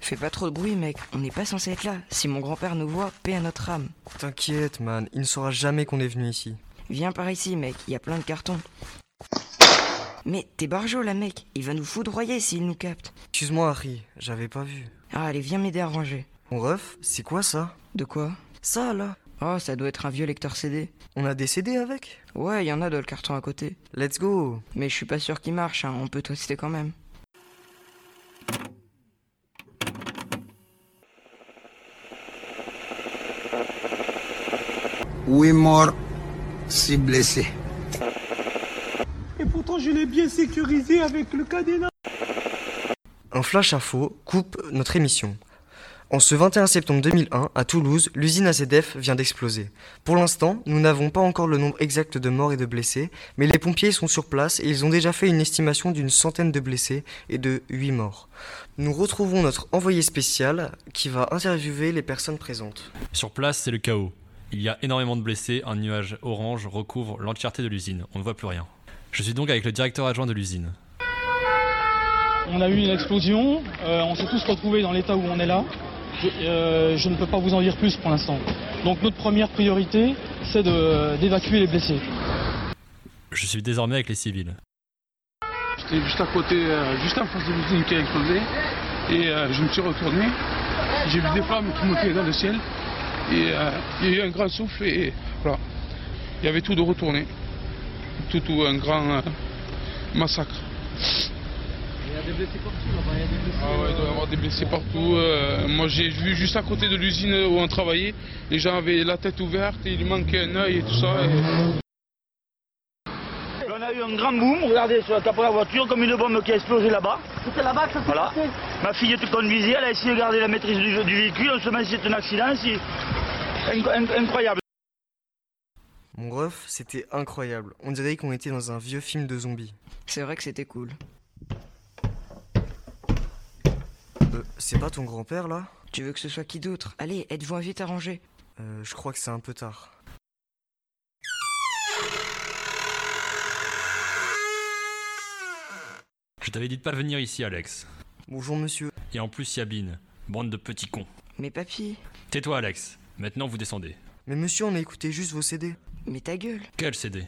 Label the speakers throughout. Speaker 1: Fais pas trop de bruit, mec. On n'est pas censé être là. Si mon grand-père nous voit, paix à notre âme.
Speaker 2: T'inquiète, man, il ne saura jamais qu'on est venu ici.
Speaker 1: Viens par ici, mec. Il y a plein de cartons. Mais t'es barjo, là, mec. Il va nous foudroyer s'il nous capte.
Speaker 2: Excuse-moi, Harry, j'avais pas vu.
Speaker 1: Ah, allez, viens m'aider à ranger.
Speaker 2: Mon ref, c'est quoi ça
Speaker 1: De quoi
Speaker 2: Ça, là
Speaker 1: Oh, ça doit être un vieux lecteur CD.
Speaker 2: On a des CD avec
Speaker 1: Ouais, il y en a dans le carton à côté.
Speaker 2: Let's go
Speaker 1: Mais je suis pas sûr qu'il marche, hein. on peut tester quand même.
Speaker 3: Oui, mort, si blessé.
Speaker 4: Et pourtant, je l'ai bien sécurisé avec le cadenas.
Speaker 2: Un flash info coupe notre émission. En ce 21 septembre 2001, à Toulouse, l'usine AZF vient d'exploser. Pour l'instant, nous n'avons pas encore le nombre exact de morts et de blessés, mais les pompiers sont sur place et ils ont déjà fait une estimation d'une centaine de blessés et de 8 morts. Nous retrouvons notre envoyé spécial qui va interviewer les personnes présentes.
Speaker 5: Sur place, c'est le chaos. Il y a énormément de blessés, un nuage orange recouvre l'entièreté de l'usine, on ne voit plus rien. Je suis donc avec le directeur adjoint de l'usine.
Speaker 6: On a eu une explosion, euh, on s'est tous retrouvés dans l'état où on est là. Je, euh, je ne peux pas vous en dire plus pour l'instant. Donc notre première priorité, c'est de- d'évacuer les blessés.
Speaker 5: Je suis désormais avec les civils.
Speaker 7: J'étais juste à côté, euh, juste en face de l'usine qui a explosé. Et euh, je me suis retourné. J'ai vu des flammes qui montaient dans le ciel. Et euh, il y a eu un grand souffle et voilà. Il y avait tout de retourné. Tout, tout un grand euh, massacre. Ah ouais, il doit y avoir des blessés partout. Euh, moi j'ai vu juste à côté de l'usine où on travaillait, les gens avaient la tête ouverte, et il manquait un œil et tout ça. et-
Speaker 8: On a eu un grand boom, regardez sur le capot de la voiture, comme une bombe qui a explosé là-bas. C'était là-bas que ça s'est passé Ma fille te conduisait, elle a essayé de garder la maîtrise du, du véhicule, on se met c'est un accident, c'est inc- inc- incroyable.
Speaker 2: Mon ref, c'était incroyable. On dirait qu'on était dans un vieux film de zombies.
Speaker 1: C'est vrai que c'était cool.
Speaker 2: Euh, c'est pas ton grand-père là
Speaker 1: Tu veux que ce soit qui d'autre Allez, êtes-vous vite à ranger
Speaker 2: Euh, je crois que c'est un peu tard.
Speaker 5: Je t'avais dit de pas venir ici, Alex.
Speaker 2: Bonjour monsieur.
Speaker 5: Et en plus, Yabine, bande de petits cons.
Speaker 1: Mais papy,
Speaker 5: Tais-toi, Alex. Maintenant, vous descendez.
Speaker 2: Mais monsieur, on a écouté juste vos CD.
Speaker 1: mais ta gueule
Speaker 5: Quel CD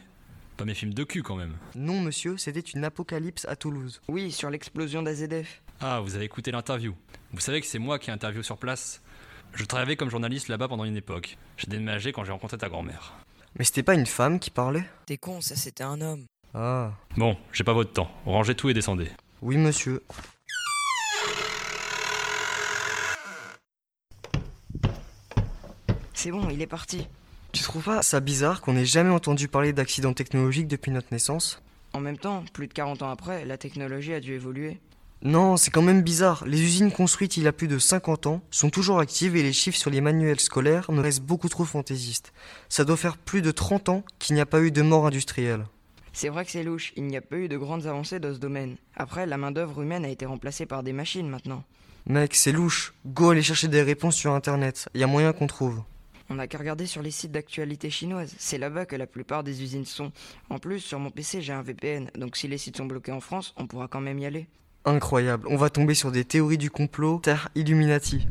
Speaker 5: Pas mes films de cul quand même.
Speaker 2: Non monsieur, c'était une apocalypse à Toulouse.
Speaker 1: Oui, sur l'explosion d'AZF.
Speaker 5: Ah, vous avez écouté l'interview. Vous savez que c'est moi qui interview sur place. Je travaillais comme journaliste là-bas pendant une époque. J'ai déménagé quand j'ai rencontré ta grand-mère.
Speaker 2: Mais c'était pas une femme qui parlait
Speaker 1: T'es con, ça c'était un homme.
Speaker 2: Ah.
Speaker 5: Bon, j'ai pas votre temps. Rangez tout et descendez.
Speaker 2: Oui monsieur.
Speaker 1: C'est bon, il est parti.
Speaker 2: Tu trouves pas ça bizarre qu'on ait jamais entendu parler d'accident technologique depuis notre naissance
Speaker 1: En même temps, plus de 40 ans après, la technologie a dû évoluer.
Speaker 2: Non, c'est quand même bizarre. Les usines construites il y a plus de 50 ans sont toujours actives et les chiffres sur les manuels scolaires me restent beaucoup trop fantaisistes. Ça doit faire plus de 30 ans qu'il n'y a pas eu de mort industrielle.
Speaker 1: C'est vrai que c'est louche, il n'y a pas eu de grandes avancées dans ce domaine. Après, la main-d'œuvre humaine a été remplacée par des machines maintenant.
Speaker 2: Mec, c'est louche. Go aller chercher des réponses sur internet. Y a moyen qu'on trouve.
Speaker 1: On n'a qu'à regarder sur les sites d'actualité chinoise, c'est là-bas que la plupart des usines sont. En plus, sur mon PC, j'ai un VPN, donc si les sites sont bloqués en France, on pourra quand même y aller.
Speaker 2: Incroyable, on va tomber sur des théories du complot, terre Illuminati.